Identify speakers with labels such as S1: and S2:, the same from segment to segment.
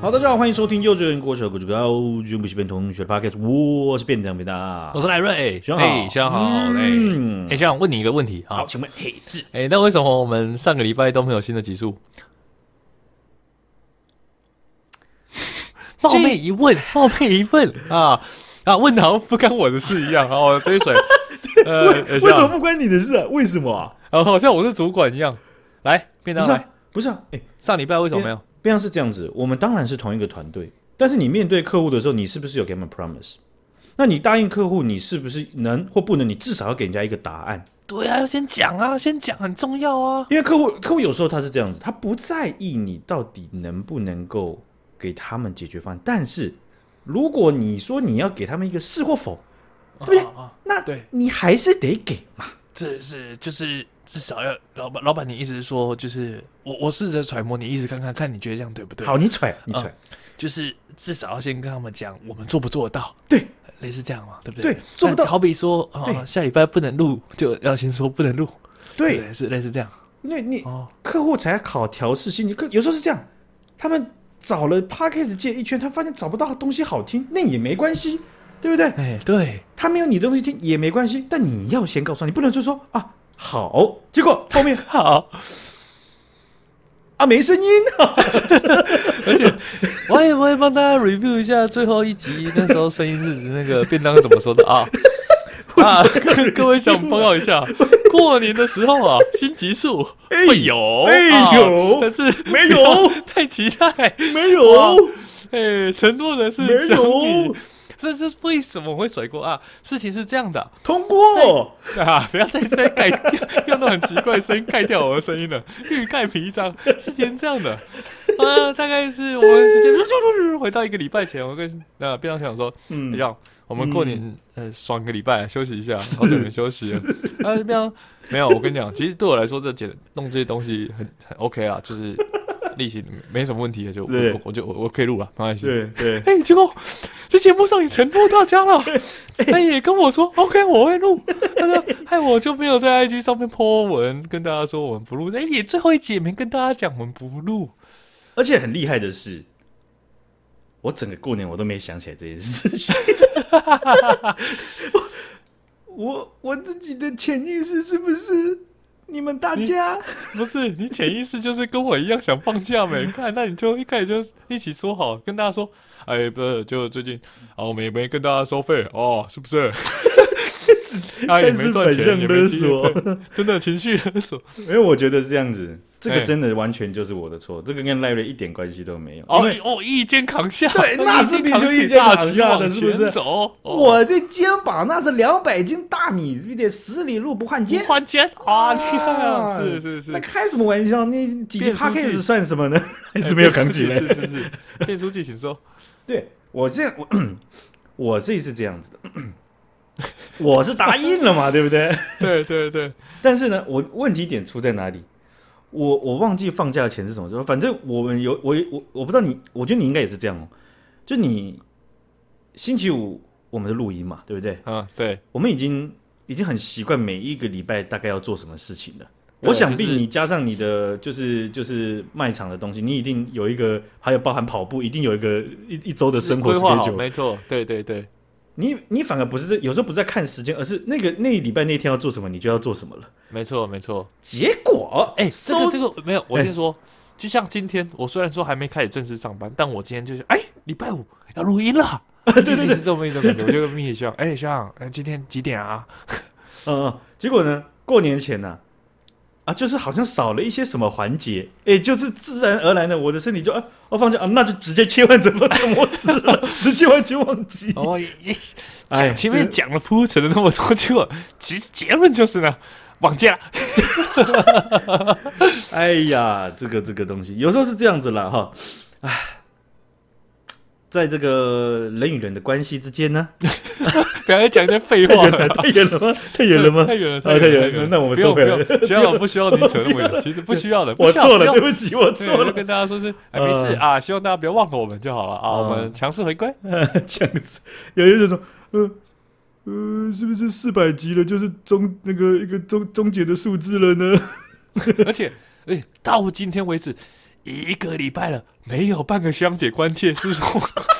S1: 好，大家好，欢迎收听幼稚园国手国际高军补习班同学 podcast，我是变成变大
S2: 我。是赖瑞，
S1: 学好
S2: 哎学好，哎，
S1: 嗯，
S2: 哎，学长问你一个问题啊
S1: 好，，请问，嘿，是
S2: 哎，那为什么我们上个礼拜都没有新的集 数？冒昧一 问，冒昧一问啊啊，问的好像不干我的事一样啊，我追 水，呃，为
S1: 为什么？不关你的事啊？为什么啊？
S2: 啊，好像我是主管一样。来，便
S1: 不
S2: 当
S1: 是
S2: 来
S1: 啊，，不是啊，哎，
S2: 上礼拜为什么没有？
S1: 变相是这样子，我们当然是同一个团队，但是你面对客户的时候，你是不是有给他们 promise？那你答应客户，你是不是能或不能？你至少要给人家一个答案，
S2: 对啊，要先讲啊，先讲很重要啊。
S1: 因为客户客户有时候他是这样子，他不在意你到底能不能够给他们解决方案，但是如果你说你要给他们一个是或否，
S2: 对
S1: 不
S2: 啊哦
S1: 对那
S2: 对
S1: 你还是得给嘛。
S2: 这是就是至少要老板，老板，你意思是说，就是我我试着揣摩你意思，看看看你觉得这样对不对？
S1: 好，，你揣，你
S2: 嗯
S1: 揣，
S2: 就是至少要先跟他们讲，我们做不做得到，
S1: 对
S2: 类似这样嘛，对不对
S1: 对，做不
S2: 那
S1: 到，
S2: 好比说啊、
S1: 对
S2: 下礼拜不能录，就要先说不能录，不
S1: 对，
S2: 是类似这样
S1: 因为你
S2: 哦。
S1: 客户才考调试心情，客有时候是这样，他们找了 podcast 界一圈，他发现找不到东西好听，那也没关系，对不对？
S2: 哎，对，
S1: 他没有你的东西听也没关系，但你要先告诉他，你不能就说啊好，结果后面
S2: 好，
S1: 啊没声音，
S2: 而且我也我也帮大家 review 一下最后一集，那时候声音是指那个便当怎么说 的啊？啊，各 各位想报告一下，过年的时候啊，新集数
S1: 哎
S2: 会有，
S1: 哎
S2: 啊
S1: 有
S2: 但是
S1: 没有
S2: 太期待。
S1: 没
S2: 哇
S1: 有，
S2: 哎，承诺的是
S1: 没
S2: 小
S1: 有
S2: 米，这这是为什么会甩锅啊？事情是这样的
S1: 通过，
S2: 啊，不要再再盖用那种很奇怪的声音盖掉我的声音了，欲盖弥彰。事情是这样的，呃，大概是我们时间回到一个礼拜前，我跟那边上想说，
S1: 嗯
S2: 你，像我们过年、呃爽个礼拜休息一下，好久没休息了。啊，这边没有，我跟你讲，其实对我来说，这简弄这些东西很很 OK 啦，就是例行没什么问题的，就我
S1: 对
S2: 我我就我我可以录了，没关系。
S1: 对对，
S2: 哎、结果这节目上也承诺 大家了，他也跟我说 OK，我会录，他说害我就没有在 IG 上面 po 文跟大家说我们不录，哎、也最后一集也没跟大家讲我们不录，
S1: 而且很厉害的是，我整个过年我都没想起来这件事 情。我我我自己的潜意识是不是？你们大家
S2: 不是你潜意识就是跟我一样想放假没？看，那你就一开始就一起说好，跟大家说，哎，不是，就最近啊，我们也没跟大家收费哦，是 不是？啊，也没赚
S1: 开始反
S2: 钱，
S1: 向
S2: 也没
S1: 勒
S2: 经
S1: 索
S2: 费真的情绪勒索。
S1: 因为我觉得是这样子，这个
S2: 哎
S1: 真的完全就是我的错，这个跟赖瑞一点关系都没有。
S2: 哦
S1: 因为
S2: 哦，一肩扛下，哦
S1: 对那是必须
S2: 一
S1: 一肩扛
S2: 扛起大旗
S1: 下的
S2: 往
S1: 是不是
S2: 前走，哦
S1: 我这肩膀那是两百斤大米，你得十里路不换
S2: 不
S1: 肩。
S2: 还肩啊！
S1: 啊
S2: 你看，是是是
S1: 那，
S2: 哎
S1: 开什么玩笑？你几斤
S2: 变速器
S1: pocket 算什么呢？还
S2: 哎
S1: 是没有扛起来
S2: 是。是是是，变书记，请说。
S1: 对我这样，我我这是这样子的， 我是答应了嘛，对不对？
S2: 对对对，
S1: 但是呢，我问题点出在哪里？我我忘记放假前是什么时候，反正我们有我我我不知道你，我觉得你应该也是这样哦。就你星期五我们是录音嘛，对不对？
S2: 啊对，
S1: 我们已经已经很习惯每一个礼拜大概要做什么事情了。
S2: 对啊
S1: 我想必
S2: 就是
S1: 你加上你的就是就是卖场的东西，你一定有一个，还有包含跑步，一定有一个一一周的生活
S2: 规划好，
S1: schedule。
S2: 没错，对对对，
S1: 你你反而不是在有时候不是在看时间，而是那个那一礼拜那天要做什么，你就要做什么了。
S2: 没错没错。
S1: 结果
S2: 哎，这
S1: 收哎
S2: 个这个没有，我先说，就像今天，我虽然说还没开始正式上班，但我今天就是哎，礼拜五要录音 了。对对 对，是这么一种感觉。我就跟蜜雪像，哎，像，哎，今天几点啊？
S1: 嗯嗯，结果呢，过年前呢、啊，就是好像少了一些什么环节，哎，就是自然而然的，我的身体就啊，我放假啊，那就直接切换成福特模式 了，直接完全忘记。
S2: 哦，也也
S1: 哎
S2: 讲前面
S1: 这
S2: 讲了铺陈了那么多，结果其实结论就是呢，绑 架。
S1: 哎呀，这个这个东西有时候是这样子啦哈，哎，在这个人与人的关系之间 呢，
S2: 不要再讲一些废
S1: 太
S2: 话
S1: 远了，
S2: 了。
S1: 太远了吗？太远了 吗
S2: 太？远了，
S1: 啊太远了那我们
S2: 不用
S1: 收回来
S2: 不用学长不需要你扯那 么远，其实不需要的。
S1: 我错了，
S2: 不
S1: 对
S2: 需要
S1: 不起，我
S2: 不
S1: 错
S2: 用对，就
S1: 了。
S2: 跟大家说是，哎，没事
S1: 嗯
S2: 啊，希望大家不要忘了我们就好了啊，
S1: 嗯
S2: 我们强势 回归。
S1: 这样子，有一种说，呃呃，是不是四百级了，就是终那个一个终终结的数字了呢？
S2: 而且，哎，到今天为止，一个礼拜了，没有半个香姐关切，是说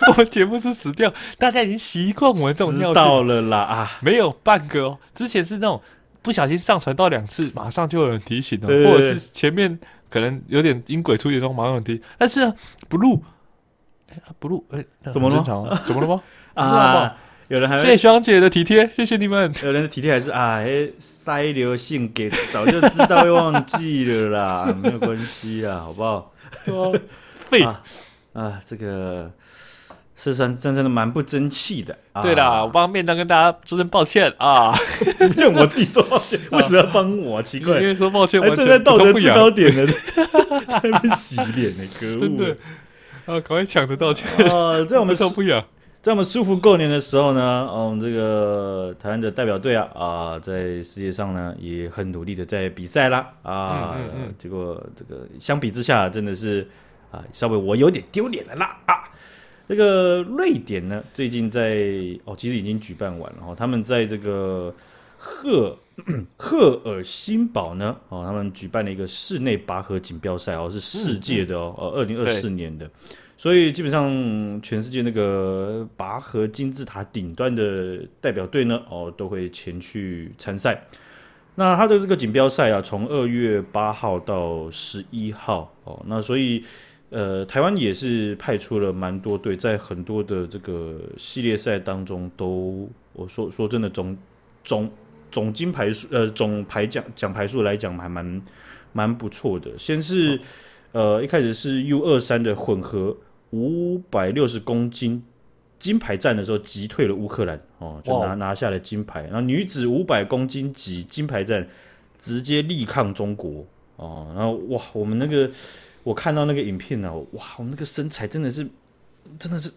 S2: 我们节目是死掉，大家已经习惯我们这种
S1: 知
S2: 尿性了，
S1: 道了啦啊！
S2: 没有半个哦。之前是那种不小心上传到两次，马上就有人提醒了，
S1: 对对
S2: 或者
S1: 对
S2: 是前面可能有点音轨出现中马上有人提，但是呢不录，哎啊不录，哎、那
S1: 怎么了
S2: 很正常啊，怎么了吗？知道吧
S1: 啊，有 人还
S2: 谢谢
S1: 会，
S2: 香姐的体贴，谢谢你们。
S1: 有人的体贴还是啊，哎塞流性给早就知道会忘记了啦，没有关系啦，好不好？
S2: 对啊， 废
S1: 啊啊，这个四川真真的蛮不争气的。啊、
S2: 对啦，我帮面当跟大家说声抱歉啊，
S1: 让我自己说抱歉，为什么要帮我？奇
S2: 因
S1: 怪，
S2: 为说抱歉
S1: 还
S2: 完
S1: 站在
S2: 全
S1: 道
S2: 不痛
S1: 德
S2: 不
S1: 制
S2: 痒
S1: 高点呢， 在那边洗脸呢，可恶！
S2: 真的啊，赶快抢着道歉，
S1: 啊，在我们
S2: 不痛不痒。
S1: 在我们舒服过年的时候呢，嗯，我们这个台湾的代表队啊，啊，在世界上呢也很努力的在比赛啦，啊，
S2: 嗯嗯嗯
S1: 结果这个相比之下，真的是啊，稍微我有点丢脸了啦啊。这个瑞典呢，最近在哦，其实已经举办完了哦，他们在这个赫赫尔辛堡呢，哦，他们举办了一个室内拔河锦标赛哦，是世界的哦，呃、2二零二四年的，所以基本上嗯全世界那个拔河金字塔顶端的代表队呢，哦，都会前去参赛。那他的这个锦标赛啊，从二月八号到十一号哦，那所以呃，台湾也是派出了蛮多队，在很多的这个系列赛当中都，我说说真的总总总金牌数呃总牌奖奖牌数来讲还蛮蛮不错的。先是、呃一开始是 U 二三的混合五百六十公斤金牌战的时候击退了乌克兰哦，就
S2: 哇
S1: 拿拿下了金牌。然后女子五百公斤级金牌战直接力抗中国哦，然后哇我们那个我看到那个影片呢、啊哇我们那个身材真的是真的是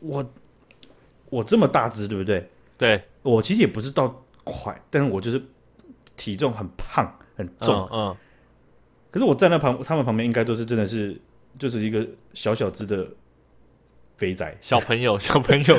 S1: 我我这么大只对不对？
S2: 对，
S1: 我其实也不是到快，但是我就是体重很胖很重，
S2: 嗯嗯，
S1: 可是我站在旁他们旁边，应该都是真的是就是一个小小只的肥仔，
S2: 小朋友，小朋友，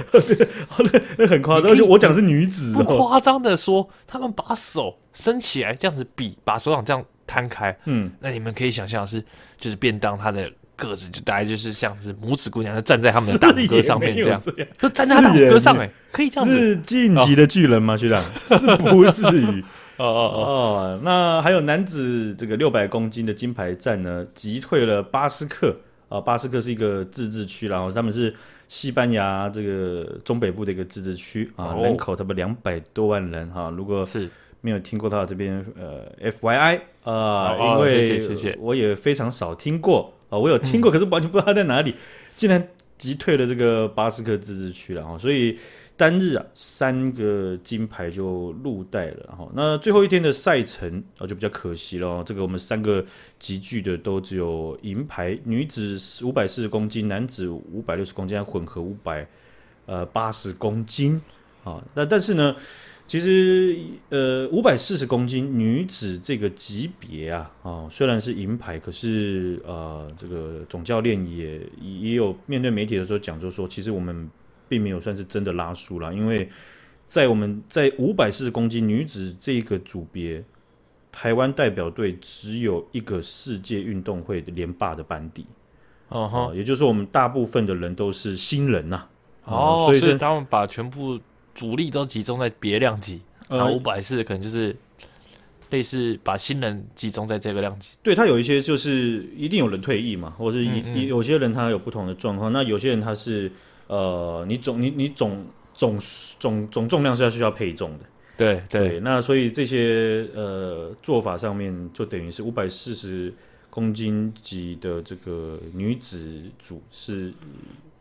S1: 那很夸张。而
S2: 你可以
S1: 且我讲是女子
S2: 不
S1: 哦，
S2: 夸张的说，他们把手伸起来这样子比，把手掌这样摊开，
S1: 嗯，
S2: 那你们可以想象是，就是便当它的个子就大概就是像是拇指姑娘就站在他们的大拇哥上面这样，
S1: 是也没有
S2: 就站在他大拇哥上哎、可以这
S1: 这
S2: 样
S1: 样
S2: 子，
S1: 是晋级的巨人吗，学长？ 是不至于。
S2: 哦哦哦，
S1: 哦，那还有男子这个六百公斤的金牌战呢，击退了巴斯克啊、巴斯克是一个自治区啦，然后他们是西班牙这个中北部的一个自治区啊，
S2: 哦
S1: 人口差不多两百多万人哈、如果
S2: 是
S1: 没有听过他这边呃，F Y I 啊，
S2: 哦
S1: 因为
S2: 谢谢谢谢
S1: 我也非常少听过啊、我有听过，可是完全不知道他在哪里，竟然击退了这个巴斯克自治区了哈、所以单日啊三个金牌就入袋了哈、那最后一天的赛程啊、就比较可惜了、哦，这个我们三个集聚的都只有银牌，女子五百四十公斤，男子五百六十公斤，还混合五百呃八十公斤啊。那但是呢，其实呃五百四十公斤女子这个级别啊，啊虽然是银牌，可是呃这个总教练也也有面对媒体的时候讲，就说其实我们并没有算是真的拉输啦，因为在我们在五百四十公斤女子这个组别。台湾代表队只有一个世界运动会的连霸的班底，
S2: 嗯
S1: 哦
S2: 哼，，
S1: 也就是说我们大部分的人都是新人啊呐、
S2: 哦，所
S1: 所
S2: 以
S1: 以是
S2: 他们把全部主力都集中在别量级，然后
S1: 呃
S2: 五百四可能就是类似把新人集中在这个量级，
S1: 对他有一些就是一定有人退役嘛，或者一、
S2: 嗯嗯
S1: 一有些人他有不同的状况，那有些人他是呃，你总你你总总总总重量是要需要配重的，
S2: 对对，
S1: 那所以这些呃做法上面就等于是五百四十公斤级的这个女子组是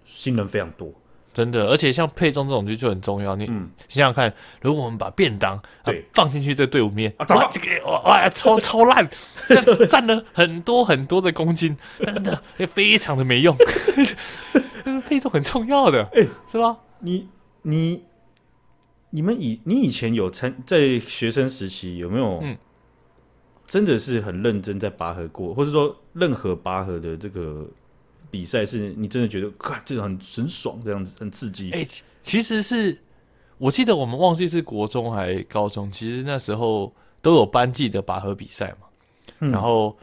S1: 新人非常多，
S2: 真的，而且像配重这种就就很重要。你、
S1: 嗯
S2: 想想看，如果我们把便当、啊
S1: 对、
S2: 放进去这队伍里面，
S1: 啊糟糕
S2: 哇，这个哇哇 超超烂，但是占了很多很多的公斤，但是呢也非常的 没用。配重很重要的，
S1: 哎
S2: 是吧？
S1: 你你你们以你以前有参在学生时期有没有？
S2: 嗯
S1: 真的是很认真在拔河过，或者说任何拔河的这个比赛，是你真的觉得，哇，这个很很爽，这样子很刺激。
S2: 哎、其其实是我记得我们忘记是国中还高中，其实那时候都有班级的拔河比赛嘛。
S1: 嗯
S2: 然后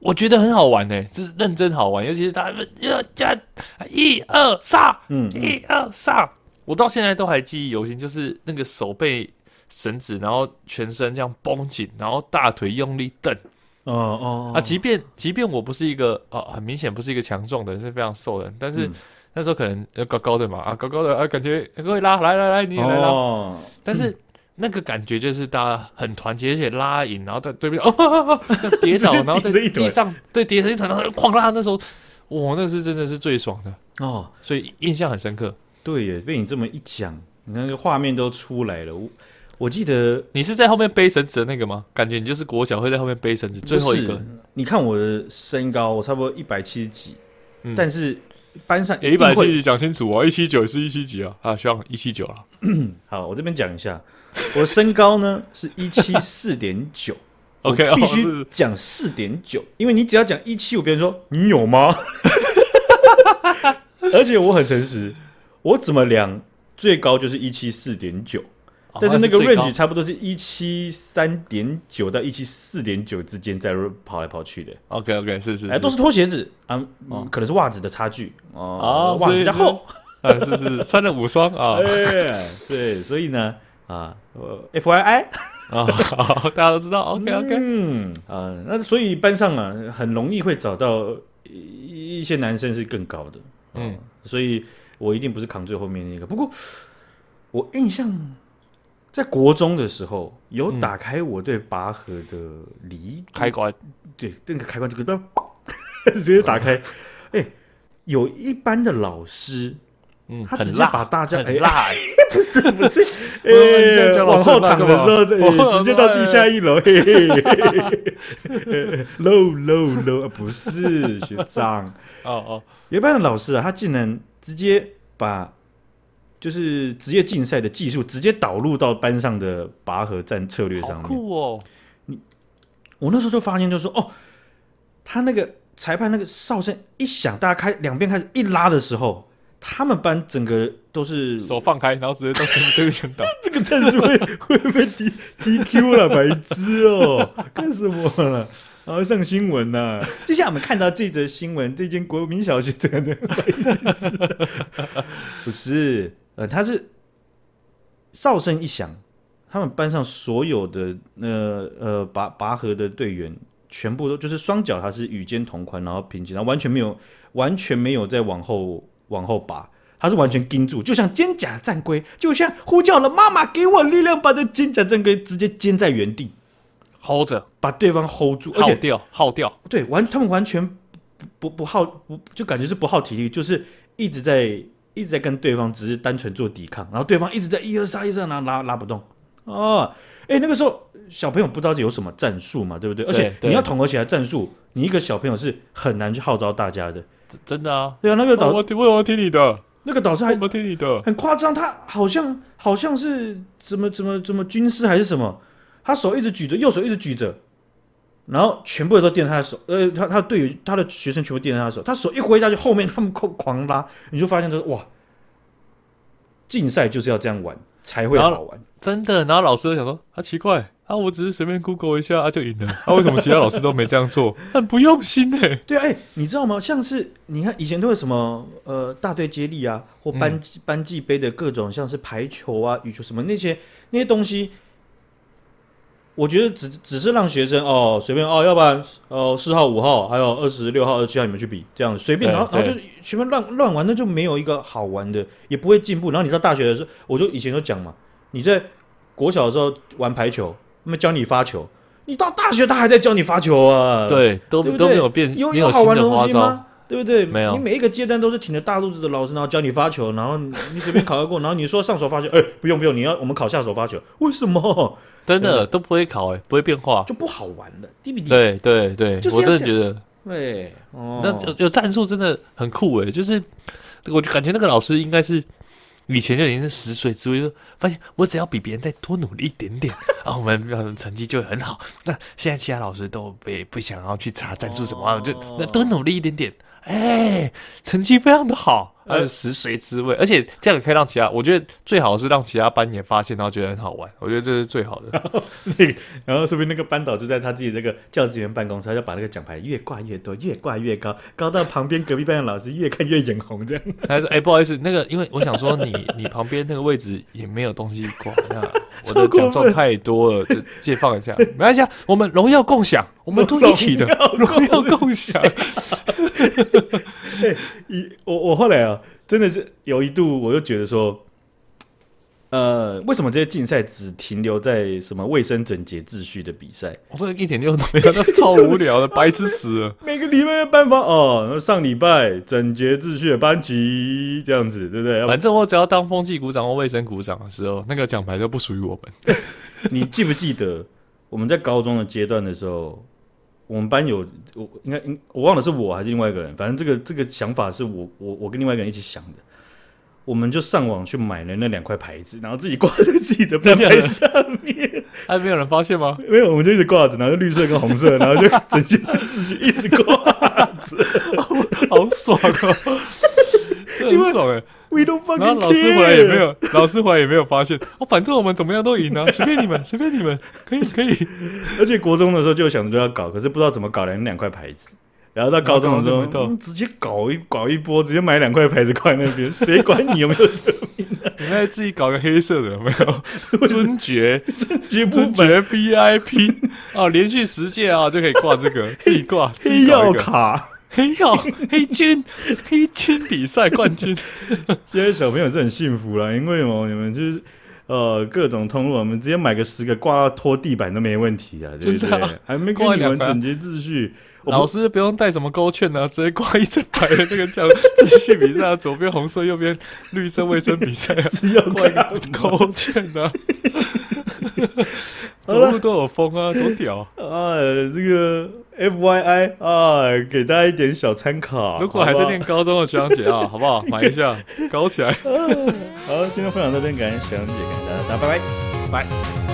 S2: 我觉得很好玩呢、这是认真好玩，尤其是他们要加一二上，
S1: 嗯嗯
S2: 一二上，我到现在都还记忆犹新，就是那个手被绳子，然后全身这样绷紧，然后大腿用力蹬
S1: 哦哦
S2: 啊。即便即便我不是一个啊，很明显不是一个强壮的人，是非常瘦的人，但是
S1: 嗯
S2: 那时候可能呃高高的嘛啊，高高的啊，感觉会拉，来来来，你也来拉，
S1: 哦，
S2: 但是。那个感觉就是大家很团结，而且拉引，然后在对面 哦哦哦哦跌倒，
S1: 直接
S2: 然后在
S1: 顶着一
S2: 地
S1: 团
S2: 上对跌成一团，然后哐啦，那时候哇，那是真的是最爽的，
S1: 哦，
S2: 所以印象很深刻。
S1: 对耶，被你这么一讲，你那个画面都出来了。我我记得
S2: 你是在后面背绳子的那个吗？感觉你就是国小会在后面背绳子，最后一
S1: 不
S2: 个
S1: 是，你看我的身高，我差不多一百七十几，
S2: 嗯
S1: 但是班上
S2: 哎一
S1: 定
S2: 百
S1: 会
S2: 七十讲清楚啊，一七九是一七几啊？啊，像一七九了，
S1: 好，我这边讲一下，我的身高 呢是一七四点九
S2: OK，
S1: 必
S2: 哦
S1: 须
S2: 是
S1: 讲四点九，因为你只要讲一七五，别人说你有吗？ 而且我很诚实，我怎么量最高就是一七四点九，
S2: 哦
S1: 但是那个
S2: 最高
S1: range 差不多是一七三点九到一七四点九之间在跑来跑去的，
S2: OK OK 是是
S1: 哎，都
S2: 是
S1: 是脱鞋子啊，
S2: 哦
S1: 嗯可能是袜子的差距
S2: 啊
S1: 哦，袜子
S2: 所以
S1: 比较厚，
S2: 啊是是穿了五双啊
S1: 哎，对，所以呢啊，F Y I。
S2: 啊，好大家都知道 OK OK
S1: 嗯啊、那所以班上啊，很容易会找到一一些男生是更高的，
S2: 嗯
S1: 嗯，所以我一定不是扛最后面那个。不过我印象在国中的时候，有
S2: 嗯
S1: 打开我对拔河的理解
S2: 开关
S1: 对，那个开关就跟 直接打开。哎、有一班的老师，
S2: 嗯
S1: 他直
S2: 很
S1: 接把
S2: 辣
S1: 大 家哎
S2: 很辣哎
S1: 不是不是，哎、
S2: 我现在讲老
S1: 往
S2: 师
S1: 后躺的时候，
S2: 很烂干嘛
S1: 哎直接到地下一楼，嘿嘿嘿 嘿 low low low，啊不是学长，
S2: 哦
S1: 有一班的老师啊，他竟然直接把就是职业竞赛的技术直接导入到班上的拔河战策略
S2: 哦，好
S1: 上面。
S2: 酷哦，
S1: 我那时候就发现，就说哦，他那个裁判那个哨声一响，大家开两边开始一拉的时候，他们班整个都是
S2: 手放开，然后直接到对 面倒，
S1: 这个战术会会被 D DQ 了，白痴哦、干什么了？然后上新闻呐、就像我们看到这则新闻，这间国民小学这个的不是，呃，他是哨声一响，他们班上所有的呃呃拔拔河的队员全部都就是双脚，他是与肩同宽，然后平行，然后完全没有完全没有再往后往后拔，他是完全盯住，就像肩胛战龟，就像呼叫了妈妈给我力量，把这肩胛战龟直接肩在原地，
S2: 薅着，
S1: 把对方 hold 住，而
S2: 耗
S1: 且
S2: 掉，耗掉，
S1: 对完他们完全不不不耗不就感觉是不耗体力，就是一直在一直在跟对方只是单纯做抵抗，然后对方一直在一二三一二三，然后拉拉不动哦，哎那个时候小朋友不知道有什么战术嘛，对不对？而且
S2: 对
S1: 你要统合起来战术，你一个小朋友是很难去号召大家的。
S2: 真真的啊，
S1: 对啊，那个导
S2: 我听，我有听你的，
S1: 那个导师还
S2: 我有听你的，
S1: 很夸张，他好像好像是怎么怎么怎么军师还是什么，他手一直举着，右手一直举着，然后全部人都垫他的手，呃，他他的队友他的学生全部垫他的手，他手一挥下去，后面他们狂狂拉，你就发现就是哇，竞赛就是要这样玩才会好玩，
S2: 真的。然后老师就想说，啊奇怪，啊我只是随便 Google 一下啊就赢了，啊为什么其他老师都没这 样做？很不用心呢、
S1: 对啊，哎、你知道吗？像是你看以前都有什么呃大队接力啊，或
S2: 嗯
S1: 班级、班级杯的各种，像是排球啊、羽球什么那些那些东西，我觉得只只是让学生哦随便哦，要不然哦四号、五号还有二十六号、二七号你们去比，这样随便，
S2: 对
S1: 然后然后
S2: 对
S1: 就随便乱乱玩，那就没有一个好玩的，也不会进步。然后你到大学的时候，我就以前就讲嘛，你在国小的时候玩排球，他们教你发球。你到大学，他还在教你发球啊！
S2: 对，都
S1: 对不对
S2: 都没有变，
S1: 有
S2: 没
S1: 有好
S2: 新
S1: 玩的
S2: 的花
S1: 东西
S2: 招。
S1: 吗？对不对？
S2: 没有
S1: 你每一个阶段都是挺着大肚子的老师，然后教你发球，然后你你随便考个过，然后你说上手发球，哎，不用不用，你要我们考下手发球，为什么
S2: 真
S1: 真
S2: 的都不会考哎、不会变化。
S1: 就不好玩了？对不对？
S2: 对对对，
S1: 就是
S2: 我真的
S1: 要
S2: 觉得
S1: 对，哦
S2: 那有有战术真的很酷哎、就是我就感觉那个老师应该是以前就已经是十岁之位，就发现我只要比别人再多努力一点点啊，我们我们成绩就会很好。那现在其他老师都不不想要去查战术什么啊，
S1: 哦
S2: 就那多努力一点点，哎、成绩非常的好还
S1: 呃
S2: 有食髓知味，而且这样也可以让其他，我觉得最好是让其他班也发现，然后觉得很好玩，我觉得这是最好的。
S1: 那个，然后说不定那个班导就在他自己那个教职员办公室，他就把那个奖牌越挂越多，越挂越高，高到旁边隔壁班的老师越看越眼红，这样。
S2: 他说：“哎、不好意思，那个，因为我想说你你旁边那个位置也没有东西挂，那我的
S1: 超过
S2: 奖状
S1: 分
S2: 太多了，就借放一下，没关系，啊，我们荣耀共享，我们都一 起的，荣耀共享。
S1: 一我我后来啊，真的是有一度，我就觉得说，呃，为什么这些竞赛只停留在什么卫生整洁秩序的比赛？
S2: 我这一点用都没有，那超无聊的，白痴死了。
S1: 每个礼拜颁发哦，上礼拜整洁秩序的班级这样子，对不对？要不
S2: 反正我只要当风纪股长或卫生股长的时候，那个奖牌就不属于我们。
S1: 你记不记得我们在高中的阶段的时候，我们班有我应该应我忘了是我还是另外一个人，反正这个这个想法是我我我跟另外一个人一起想的。我们就上网去买了那两块牌子，然后自己挂在自己的站牌上面。
S2: 哎、没有人发现吗？
S1: 没有，我们就一直挂着，然后就绿色跟红色，然后就整件秩序一直 挂。
S2: 好爽哦， 这很爽哎、
S1: We don't fucking care。
S2: 然后老师回来也没，有，老师回来也没有发现。哦，反正我们怎么样都赢啊，随便你们，随便你们，可以可以。
S1: 而且国中的时候就想着要搞，可是不知道怎么搞来那两块牌子。然后到高中的时
S2: 然后高中就
S1: 候，
S2: 没
S1: 嗯直接搞一搞一波，直接买两块牌子挂在那边，谁管你有没有
S2: 你们自己搞个黑色的有没 有？尊爵
S1: 绝不
S2: 尊
S1: 买
S2: 爵 VIP 哦，连续十届啊就可以挂 这个，自己挂自
S1: 黑
S2: 己搞
S1: 曜
S2: 一个
S1: 卡。
S2: 黑曜黑军 黑军比赛冠军。
S1: 现在小朋友是很幸福啦，因为哦，你们就是呃各种通路，我们直接买个十个挂到拖地板都没问题啊，对不
S2: 真
S1: 对？
S2: 的啊
S1: 还没
S2: 挂
S1: 跟你
S2: 两
S1: 们
S2: 排啊
S1: 整洁秩序， 我不
S2: 老师不用带什么勾券啊，直接挂一整排的这个奖，秩序比赛啊，左边红色，右边绿色卫生比赛啊，
S1: 是要
S2: 挂
S1: 挂
S2: 一个勾券啊，
S1: 好
S2: 走
S1: 了
S2: 路都有风啊，多屌啊！
S1: 啊，这个 F Y I 啊，给大家一点小参考。
S2: 如果还
S1: 好不
S2: 在
S1: 好
S2: 念高中的学长姐啊，好不好？买一 下，搞起来。
S1: 好，今天分享到这边，感谢小杨姐，感谢大家，大家拜拜。